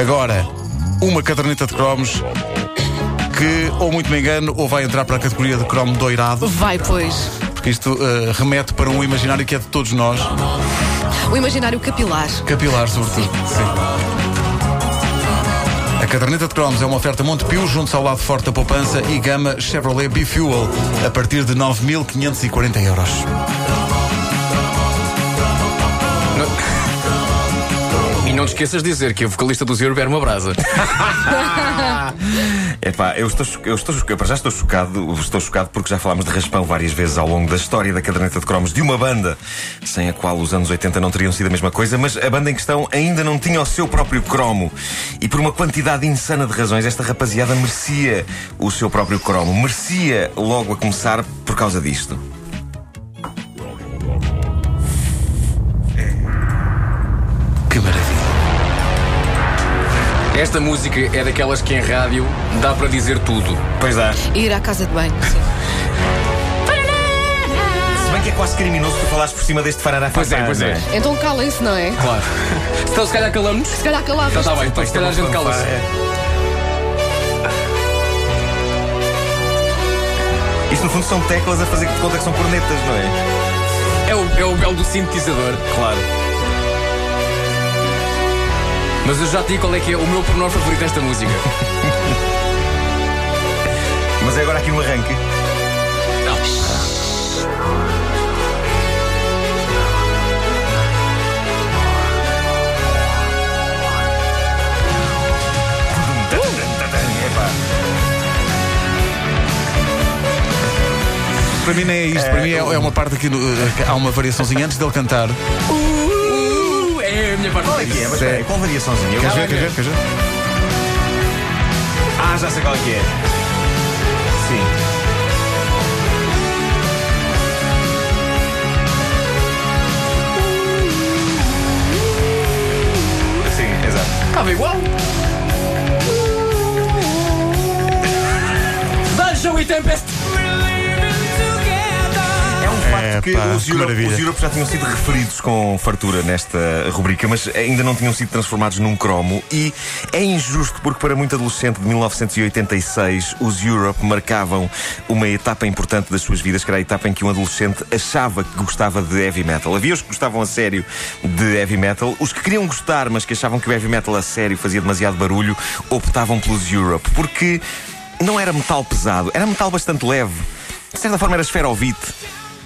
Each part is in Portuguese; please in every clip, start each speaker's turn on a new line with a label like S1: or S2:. S1: Agora, uma caderneta de cromos que, ou muito me engano, ou vai entrar para a categoria de cromo doirado,
S2: Vai, pois.
S1: porque isto eh, remete para um imaginário que é de todos nós,
S2: O imaginário capilar.
S1: capilar sobretudo. Sim. A caderneta de cromos é uma oferta Montepio junto ao lado forte da poupança e gama Chevrolet B-Fuel a partir de 9.540 euros.
S3: E não te esqueças de dizer que o vocalista do Zero era uma brasa.
S4: Epá, eu estou, cho- eu estou chocado, para já estou chocado, estou chocado porque já falámos de raspão várias vezes ao longo da história da caderneta de cromos de uma banda sem a qual os anos 80 não teriam sido a mesma coisa, mas a banda em questão ainda não tinha o seu próprio cromo. E por uma quantidade insana de razões, esta rapaziada merecia o seu próprio cromo. Merecia logo a começar por causa disto.
S1: Que maravilha.
S3: Esta música é daquelas que em rádio dá para dizer tudo.
S4: Pois dá.
S2: Ir à casa de banho.
S4: Se bem que é quase criminoso tu falares por cima deste farará
S3: Pois é, pois é.
S4: fanfarra,
S2: Então calem-se, não é?
S3: Claro. Então se calhar calamos.
S2: Se calhar
S3: Então
S2: calavam.
S4: tá
S3: está bem, então se calhar a gente
S4: não é?
S3: cala-se.
S4: Isto no fundo são teclas a fazer de conta que são cornetas, não é?
S3: É o, é o belo do sintetizador.
S4: Claro.
S3: Mas eu já te digo qual é que é o meu pormenor favorito desta música.
S4: Mas é agora aqui no arranque. Epá,
S1: Para mim nem é isto, para mim é, é uma parte aqui, no, eh, que há uma variaçãozinha antes dele cantar.
S3: Uh, é a minha parte.
S4: Qual é que é? Mas espera aí, qual variaçãozinha? Eu-
S1: Queres ver, queres ver, queres ver?
S4: Ah, já sei qual é que é. Sim. Sim, exato.
S3: Estava igual. Dungeon e Tempest.
S4: É um facto que
S1: Epá,
S4: os,
S1: que
S4: Europe,
S1: maravilha.
S4: os Europe já tinham sido referidos com fartura nesta rubrica, mas ainda não tinham sido transformados num cromo. E é injusto porque, para muito adolescente de 1986, os Europe marcavam uma etapa importante das suas vidas, que era a etapa em que um adolescente achava que gostava de heavy metal. Havia os que gostavam a sério de heavy metal, os que queriam gostar, mas que achavam que o heavy metal a sério fazia demasiado barulho, optavam pelos Europe, porque não era metal pesado, era metal bastante leve. De certa forma era esferovite.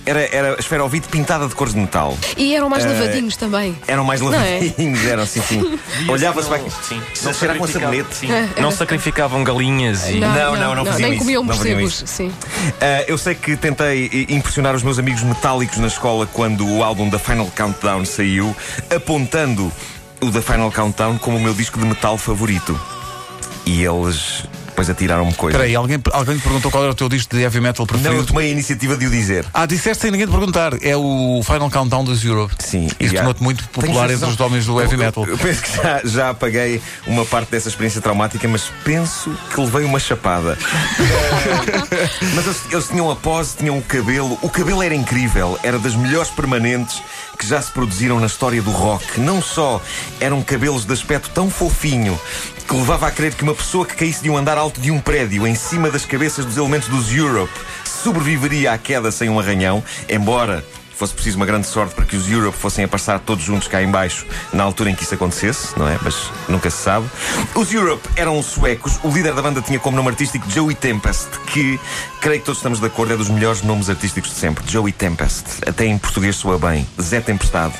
S4: Era, era esferovite pintada de cores de metal.
S2: E eram mais
S4: Eh,
S2: lavadinhos também.
S4: Eram mais
S2: Não é?
S4: lavadinhos, eram sim, sim. Olhava-se para
S5: não, um- sim.
S4: Não será com
S5: sacrificavam-
S4: sabonete?
S5: sim. Não sacrificavam galinhas e.
S4: Não, não, não faziam
S2: Nem
S4: isso,
S2: comiam
S4: não faziam
S2: morcegos. Sim.
S4: Ah, eu sei que tentei i- impressionar os meus amigos metálicos na escola quando o álbum da Final Countdown saiu, apontando o da Final Countdown como o meu disco de metal favorito. E eles depois atiraram-me
S1: Espera
S4: coisa.
S1: aí, alguém, alguém te perguntou qual era o teu disco de heavy metal
S4: Não, eu
S1: preferido?
S4: tomei a iniciativa de o dizer.
S1: Ah, disseste sem ninguém te perguntar. É o Final Countdown dos Europe.
S4: Sim,
S1: Isso
S4: e há-
S1: tornou-te muito
S4: Tenho
S1: popular entre
S4: sensação-
S1: os homens do heavy
S4: Eu-
S1: metal.
S4: Eu, eu penso que já, já apaguei uma parte dessa experiência traumática, mas penso que levei uma chapada. Eh, mas eles, eles tinham a pose, tinham o cabelo. O cabelo era incrível, era das melhores permanentes que já se produziram na história do rock. Não só eram cabelos de aspecto tão fofinho que levava a crer que uma pessoa que caísse de um andar alto de um prédio em cima das cabeças dos elementos dos Europe sobreviveria à queda sem um arranhão, embora fosse preciso uma grande sorte para que os Europe fossem a passar todos juntos cá em baixo na altura em que isso acontecesse, não é? Mas nunca se sabe. Os Europe eram suecos, o líder da banda tinha como nome artístico Joey Tempest, que creio que todos estamos de acordo, é dos melhores nomes artísticos de sempre. Joey Tempest, até em português soa bem. Zé Tempestade.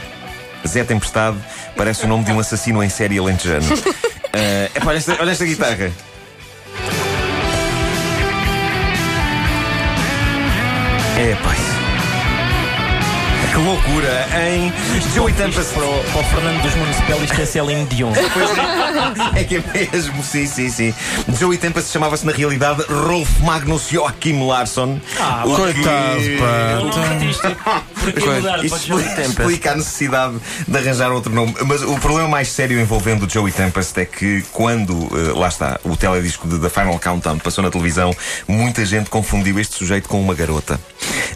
S4: Zé Tempestade parece o nome de um assassino em série alentejano. Eh, epá, olha, esta, olha esta guitarra. É, pai. Que loucura, hein? Joey Tempest
S5: Isto para o, para o Fernando dos Municipal, isto é Celine Dion.
S4: é que é mesmo, sim, sim, sim. Joey Tempest chamava-se na realidade Rolf Magnus Joachim Larsson. Ah,
S1: Coitado, pá. Então-
S5: Um artista. Porquê mudar para
S4: Isto
S5: Joey
S4: explica,
S5: Tempest?
S4: explica a necessidade de arranjar outro nome. Mas o problema mais sério envolvendo o Joey Tempest é que quando, eh, lá está, o teledisco de The Final Countdown passou na televisão, muita gente confundiu este sujeito com uma garota.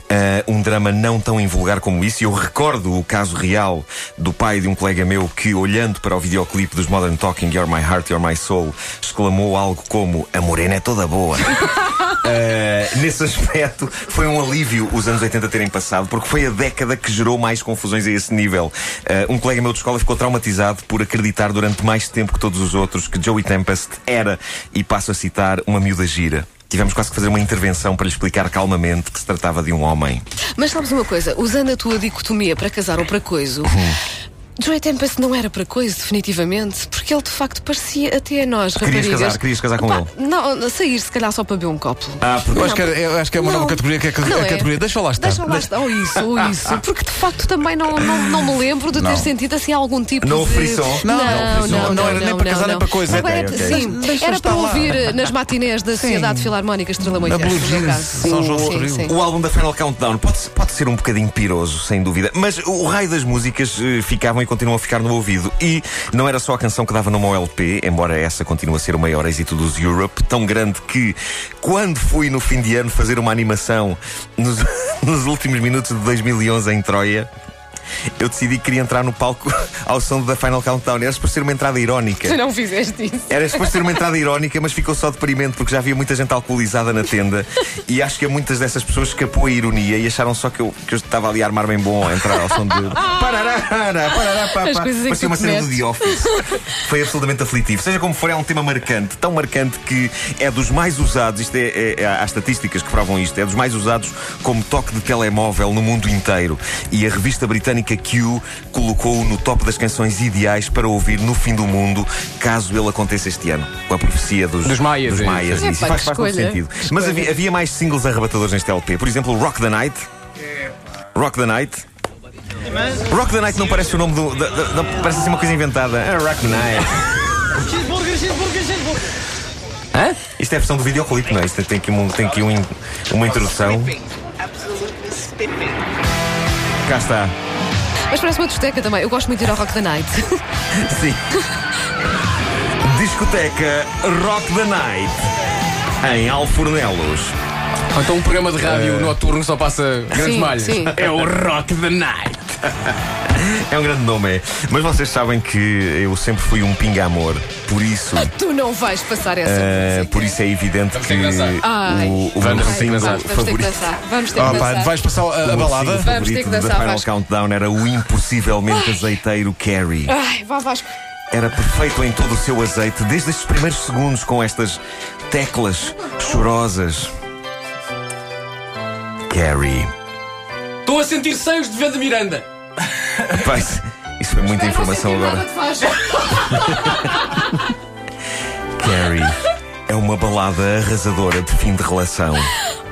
S4: Ah, um drama Eh, não tão invulgar como isso. E eu recordo o caso real do pai de um colega meu que, olhando para o videoclipe dos Modern Talking You're My Heart, You're My Soul, exclamou algo como: A morena é toda boa. Eh, nesse aspecto, foi um alívio os anos 80 terem passado, porque foi a década que gerou mais confusões a esse nível. Eh, um colega meu de escola ficou traumatizado por acreditar durante mais tempo que todos os outros que Joey Tempest era, e passo a citar, uma miúda gira. Tivemos quase que fazer uma intervenção para lhe explicar calmamente que se tratava de um homem.
S2: Mas sabes uma coisa? Usando a tua dicotomia para casar ou para coiso.
S4: Uhum.
S2: Joey Tempest não era para coisa, definitivamente, porque ele de facto parecia até a nós,
S4: Querias
S2: raparigas.
S4: casar- querias casar com
S2: Opa, Não, sair se calhar só para beber um copo.
S4: Ah, porque
S1: Eu acho, que, era- eu acho que é uma
S2: Não.
S1: nova categoria que é a, cate-
S2: Não
S1: a
S2: é.
S1: categoria. Deixa lá estar.
S2: Deixa lá estar, ou isso, ou isso. Porque de facto também não, não, não me lembro de ter
S1: Não.
S2: sentido assim algum tipo
S4: Não
S2: de.
S4: houve frisson?
S1: Não, não houve frisson. Não era nem para casar, nem para coisa.
S2: Não, era,
S4: Ok, ok.
S2: Sim,
S1: Mas deixa
S2: era
S1: estar
S2: para
S1: lá.
S2: ouvir eh, nas matinés da Sociedade Filarmónica Estrela Moita.
S1: Na Blue Jeans, São João do Rio.
S4: O álbum da Final Countdown pode, pode ser um bocadinho piroso, sem dúvida, mas o raio das músicas eh, ficavam e continuam a ficar no ouvido. E não era só a canção que dava nome ao LP, embora essa continue a ser o maior êxito dos Europe, tão grande que quando fui no fim de ano fazer uma animação nos, nos últimos minutos de 2011 em Troia. Eu decidi que queria entrar no palco ao som da Final Countdown. Era por ser uma entrada irónica.
S2: Tu não fizeste isso.
S4: Era suposto ser uma entrada irónica, mas ficou só deprimente porque já havia muita gente alcoolizada na tenda e acho que a muitas dessas pessoas escapou a ironia e acharam só que eu, que eu estava ali a armar bem bom a entrar ao som de. Parará, parará, parará, pá,
S2: As
S4: pá.
S2: coisas em que
S4: Parecia
S2: tu
S4: uma
S2: te
S4: cena do
S2: metes.
S4: The Office. Foi absolutamente aflitivo. Seja como for, é um tema marcante, tão marcante que é dos mais usados, isto é, é- há estatísticas que provam isto, é dos mais usados como toque de telemóvel no mundo inteiro. E a revista britânica Q colocou-o no top das canções ideais para ouvir no fim do mundo, caso ele aconteça este ano. Com a profecia dos,
S3: Dos maias,
S4: Dos
S3: é.
S4: maias.
S2: Epá,
S4: isso faz,
S2: que
S4: faz todo
S2: escolha,
S4: sentido.
S2: que
S4: Mas
S2: escolha.
S4: havia, havia mais singles arrebatadores neste LP. Por exemplo, Rock the Night. Rock the Night. Rock the Night não parece o nome do. da- da- da- parece assim uma coisa inventada. É Rock the Night.
S6: Cheeseburger, cheeseburger, cheeseburger.
S4: Isto é a versão do videoclipe, não é? Isto tem aqui, um, tem aqui um in- uma introdução.
S6: Absolutely spiffing.
S4: Cá está.
S2: Mas parece uma discoteca também. Eu gosto muito de ir ao Rock da Night.
S4: Sim. Discoteca Rock the Night. Em Alfornelos.
S3: Ou então um programa de rádio noturno só passa grandes
S2: Sim,
S3: malhas.
S2: sim.
S3: É o Rock the Night.
S4: É um grande nome, é. Mas vocês sabem que eu sempre fui um pinga-amor. Por isso.
S2: tu não vais passar essa.
S4: eh,
S2: música.
S4: por isso é evidente
S3: ter
S4: que
S3: que dançar.
S2: Ai.
S4: o, o
S3: Vamos
S4: meu
S3: ter que
S2: Ai,
S4: single
S2: vamos, vamos ter que
S4: favorito
S2: dançar. Vamos ter que
S1: Ah, pá,
S2: dançar.
S1: vais passar a, a
S4: O
S1: balada?
S2: Vamos ter que
S4: single favorito da
S2: dançar,
S4: Final
S2: Vasco.
S4: Countdown era o impossivelmente azeiteiro Carrie.
S2: Ai, vá Vasco.
S4: Era perfeito em todo o seu azeite, desde estes primeiros segundos, com estas teclas chorosas. Carrie.
S3: Estou a sentir seios de venda Miranda.
S4: Pai, isso foi muita informação
S2: é
S4: agora. Carrie. É uma balada arrasadora de fim de relação.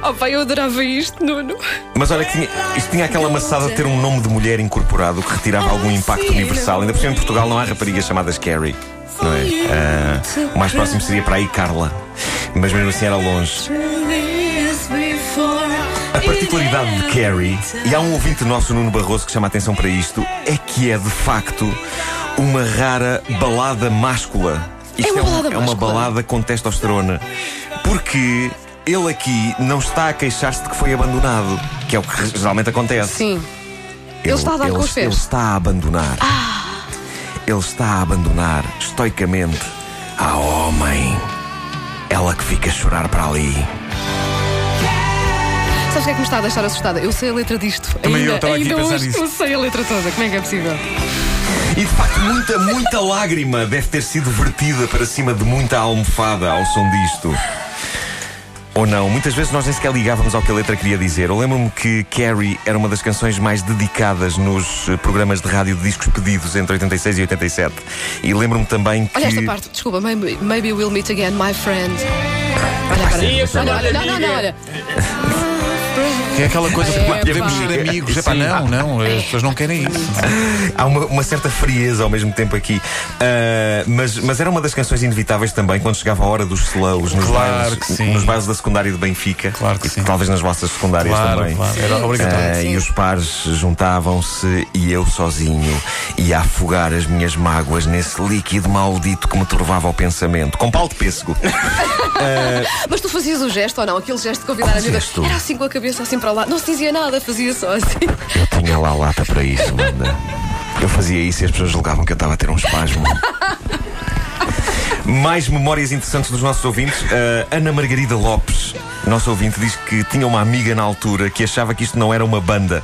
S2: Oh, pai, eu adorava isto, Nuno.
S4: Mas olha que tinha, isto tinha aquela maçada de ter um nome de mulher incorporado que retirava algum impacto
S2: Ah, sim,
S4: universal. Ainda por cima em Portugal não há raparigas chamadas Carrie. Não é? Ah, o mais próximo seria para aí Carla. Mas mesmo assim era longe. A particularidade de Carrie, e há um ouvinte nosso, Nuno Barroso, que chama a atenção para isto, é que é de facto uma rara balada máscula. Isto
S2: É uma
S4: um-
S2: balada
S4: é uma
S2: máscula.
S4: balada com testosterona. Porque ele aqui não está a queixar-se de que foi abandonado, que é o que geralmente acontece.
S2: Sim. Ele está a Ah! dar com os pés.
S4: Ele está a abandonar. Ele está a abandonar, estoicamente, a homem. Ela que fica a chorar para ali.
S2: Sabes o que é que me está a deixar assustada? Eu sei a letra disto.
S1: Também eu
S2: ainda
S1: estava aqui a
S2: ainda
S1: pensar
S2: hoje
S1: nisso.
S2: eu sei a letra toda. Como é que é possível?
S4: E de facto, muita, muita lágrima deve ter sido vertida para cima de muita almofada ao som disto. Ou não, muitas vezes nós nem sequer ligávamos ao que a letra queria dizer. Eu lembro-me que Carrie era uma das canções mais dedicadas nos eh, programas de rádio de discos pedidos entre 86 e 87. E lembro-me também que.
S2: Olha esta parte, desculpa. Maybe, maybe we'll meet again, my friend. Olha, para aí.
S4: sim,
S2: Olha, olha, não, não, não, olha.
S1: Que é aquela coisa
S2: É,
S1: que podemos
S2: pá.
S1: ser amigos. É pá, não, não, as pessoas não querem isso.
S4: Há uma, uma certa frieza ao mesmo tempo aqui. Ah, mas, mas era uma das canções inevitáveis também quando chegava a hora dos slows nos,
S1: Claro
S4: bares,
S1: que sim.
S4: nos bares da secundária de Benfica.
S1: Claro que
S4: E
S1: sim.
S4: Talvez nas vossas secundárias
S1: Claro,
S4: também.
S1: claro. Era obrigatório.
S4: Ah, e os pares juntavam-se e eu sozinho ia afogar as minhas mágoas nesse líquido maldito que me turvava o pensamento. Com pau de pêssego.
S2: Mas tu fazias o gesto ou não? Aquele gesto de convidar a
S4: Qual
S2: amiga.
S4: gesto?
S2: Era assim com a cabeça, assim para lá. Não se dizia nada, fazia só assim.
S4: Eu tinha lá lata para isso, Wanda. Eu fazia isso e as pessoas julgavam que eu estava a ter um espasmo. Mais memórias interessantes dos nossos ouvintes. Uh, Ana Margarida Lopes, nosso ouvinte, diz que tinha uma amiga na altura que achava que isto não era uma banda,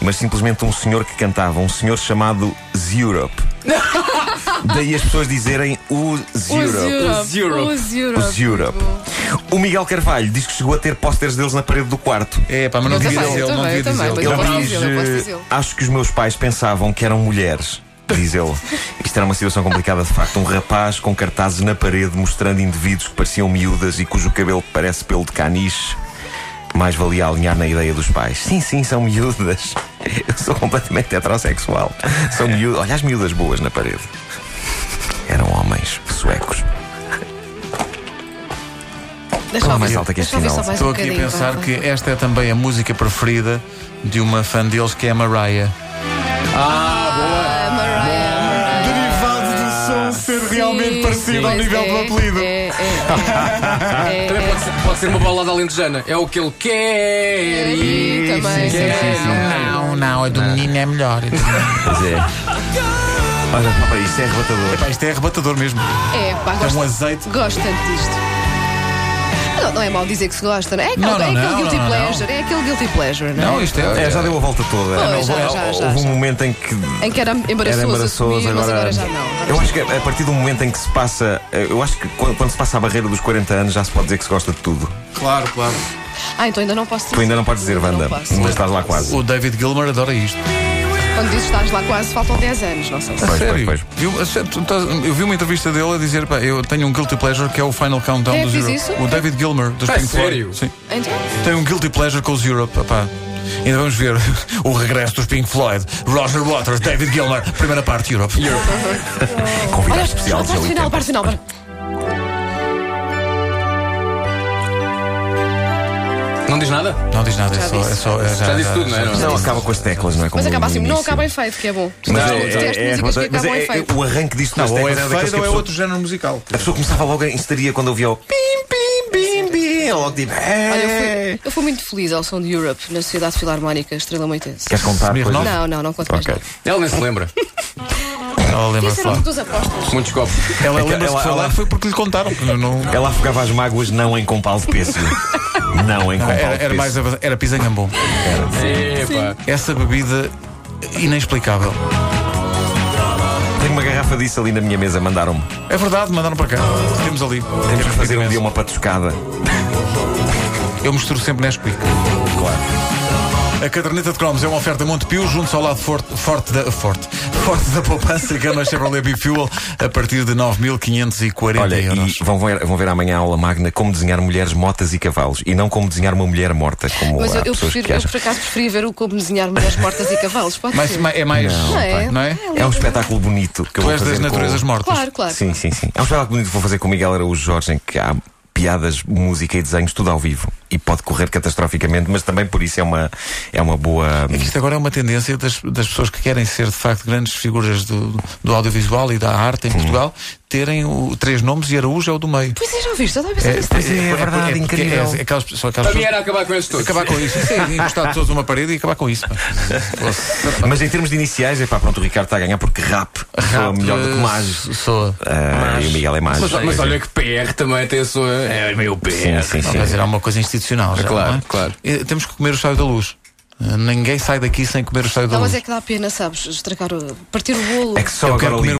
S4: mas simplesmente um senhor que cantava, um senhor chamado Zeurope. Daí as pessoas dizerem o Zeurope.
S2: Os Europe. Os Europe.
S4: Os Europe. O Miguel Carvalho diz que chegou a ter pósteres deles na parede do quarto.
S1: É, pá, mas não
S2: Eu
S1: devia
S2: também, eu
S1: dizê-lo, não
S2: também,
S1: devia dizê-lo.
S2: eu também. Eu
S1: Ele
S2: posso
S1: diz-
S2: dizê-lo, eu posso dizê-lo.
S4: eh, Acho que os meus pais pensavam que eram mulheres. Diz ele. Isto era uma situação complicada, de facto. Um rapaz com cartazes na parede mostrando indivíduos que pareciam miúdas e cujo cabelo parece pelo de caniche. Mais valia alinhar na ideia dos pais. Sim, sim, são miúdas. Eu sou completamente heterossexual. São miúdas. Olha as miúdas boas na parede. Eram homens suecos.
S2: Deixa
S4: Qual
S2: eu
S4: é mais
S2: ver-
S4: alta que este
S2: deixa eu ver
S4: sinal?
S2: só mais
S1: Estou
S2: um
S1: aqui a
S2: bocadinho,
S1: pensar
S2: vá.
S1: que esta é também a música preferida de uma fã deles que é a Mariah.
S2: Ah, Mariah, Mariah.
S1: Derivado do som ser
S2: Sim, pois é, É, é, é, é,
S3: Também pode ser, pode ser uma balada alentejana. É o que ele quer
S2: é,
S3: e...
S2: e também.
S1: Não, não, a do menino é melhor.
S4: Pois é. Olha, papai, isto é arrebatador.
S1: Pá, isto é arrebatador mesmo.
S2: É, pá, gosto,
S1: um azeite.
S2: gosto tanto disto. Não, não é mal dizer que se gosta, não é? É aquele,
S1: Não, não,
S2: é aquele
S1: não,
S2: guilty
S1: não, não.
S2: pleasure, é aquele guilty pleasure, não é?
S1: Não, isto é.
S4: É, já deu a volta toda.
S2: Pois, já,
S4: Houve-
S2: já, já,
S4: Houve um
S2: já.
S4: momento em que
S2: Em que era
S4: Era
S2: embaraçoso,
S4: embaraçoso,
S2: assumir,
S4: agora,
S2: mas agora já não.
S4: Eu acho que a partir do momento em que se passa, eh, eu acho que quando, quando se passa a barreira dos 40 anos já se pode dizer que se gosta de tudo.
S1: Claro, claro.
S2: Ah, então ainda não posso dizer.
S4: Tu ainda não podes dizer,
S2: Ainda
S4: Wanda,
S2: não
S4: mas
S2: posso.
S4: estás lá quase.
S1: O David Gilmer adora isto.
S2: Quando dizes estás lá quase, faltam 10 anos, não sei se.
S4: Pois,
S1: Sério?
S4: pois,
S1: Viu- a sério, tu estás- eu vi uma entrevista dele a dizer, pá, eu tenho um guilty pleasure que é o Final Countdown
S2: Quem é
S1: dos
S2: que diz
S1: Europe.
S2: isso?
S1: O David Gilmer dos
S3: Pá,
S1: Pink Floyd.
S3: sério?
S1: Sim.
S2: Então,
S1: Tem um guilty pleasure com os Europe, pá. Ainda vamos ver o regresso dos Pink Floyd. Roger Waters, David Gilmer, primeira parte Europe.
S4: Convidado
S2: olha,
S4: especial
S2: parte
S4: Joey
S2: final, parte final. bora.
S3: Não diz nada?
S1: Não diz nada, é
S2: Já
S1: só. É
S2: disse.
S1: só é,
S3: Já disse tudo, não é?
S4: Tempo. Não, acaba com as teclas, não é? Como
S2: Mas acaba
S4: no
S2: assim, não
S4: início.
S2: acaba em feio, que é bom.
S4: Mas
S3: Não,
S4: é,
S3: detesto
S4: é, é,
S2: músicas que
S4: mas
S2: acabam
S4: é-
S2: em fade.
S4: é- o arranque disto nas
S1: Não, ou é
S4: teclas era
S1: fade
S4: daqueles que a
S1: ou é
S4: pessoa,
S1: outro género musical.
S4: a pessoa começava logo a histeria quando ouvia o pim, pim, pim, pim. Logo tipo.
S2: Olha, eu
S4: "Eh".
S2: fui, eu fui muito feliz ao som de Europe na Sociedade Filarmónica Estrela Moitense.
S4: Queres contar?
S1: Smirnoff?
S4: coisas?
S2: Não, não, não conto mais.
S4: Ok.
S2: nada.
S3: Ela nem se lembra.
S1: Ela
S2: Ia
S1: lembra
S2: ser um dos apóstolos.
S3: Muitos copos.
S1: Ela
S4: É que
S1: lembra-se
S4: ela-
S1: que foi lá
S4: ela-
S1: foi porque lhe contaram. Não- não-
S4: Ela afogava as mágoas não em compal de pêssego. não em compal de
S1: Era,
S4: pêssego.
S1: era mais. a- Era pisangambom.
S3: Epá.
S1: Essa bebida inexplicável.
S4: Tenho uma garrafa disso ali na minha mesa, mandaram-me.
S1: É verdade, mandaram para cá. Temos ali.
S4: Temos que fazer um
S1: imenso.
S4: dia uma patuscada.
S1: Eu misturo sempre Nesquik. A caderneta de cromos é uma oferta muito pio, junto ao lado forte, forte da forte, forte da poupança Gama Chevrolet Bifuel a partir de 9.540
S4: Olha,
S1: euros.
S4: e vão ver, vão ver amanhã a aula magna como desenhar mulheres motas e cavalos e não como desenhar uma mulher morta, como
S2: Mas
S4: há
S2: eu, eu
S4: pessoas
S2: prefiro,
S4: que
S2: eu
S4: acham.
S2: por acaso preferia ver o como desenhar mulheres mortas e cavalos. Pode
S1: Mais-
S2: ser.
S1: ma- é mais.
S4: Não,
S2: Não é?
S1: Não é?
S4: É um espetáculo bonito que
S1: Tu
S4: eu vou
S1: és
S4: fazer
S1: das
S4: com-
S1: naturezas mortas.
S2: Claro, claro.
S4: Sim, sim, sim. É um espetáculo bonito que vou fazer com o Miguel Araújo Jorge, em que há piadas, música e desenhos, tudo ao vivo. E pode correr catastroficamente, mas também por isso é uma, é uma boa.
S1: É que isto agora é uma tendência das, das pessoas que querem ser de facto grandes figuras do, do audiovisual e da arte em Portugal terem o, três nomes e Araújo é o do meio.
S2: Pois é, já ouviste? Eu estava a pensar nisso.
S4: pois é, é verdade,
S1: porque
S4: incrível.
S1: é aquelas, são aquelas
S3: Para mim
S1: pessoas-
S3: era acabar com estes todos.
S1: Acabar com isso. Sim, encostar todos uma parede e acabar com isso. pá.
S4: Mas em termos de iniciais, é pá, pronto, o Ricardo está a ganhar porque rap, soa melhor do que mais.
S1: Soa.
S4: e o Miguel é mais.
S3: Mas, mas olha que PR também tem a sua. É meio PR.
S4: Sim, sim,
S1: Não,
S4: sim.
S1: quer dizer, há uma coisa institucional. já,
S3: Claro,
S1: não é?
S3: claro.
S1: Eh, Temos que comer o saio da luz. Eh, Ninguém sai daqui sem comer o saio da
S2: Não, é
S1: luz.
S2: mas é que dá pena, sabes? Estragar, o- partir o bolo.
S4: É que só
S1: um- Eu quero
S4: agora
S1: comer
S4: li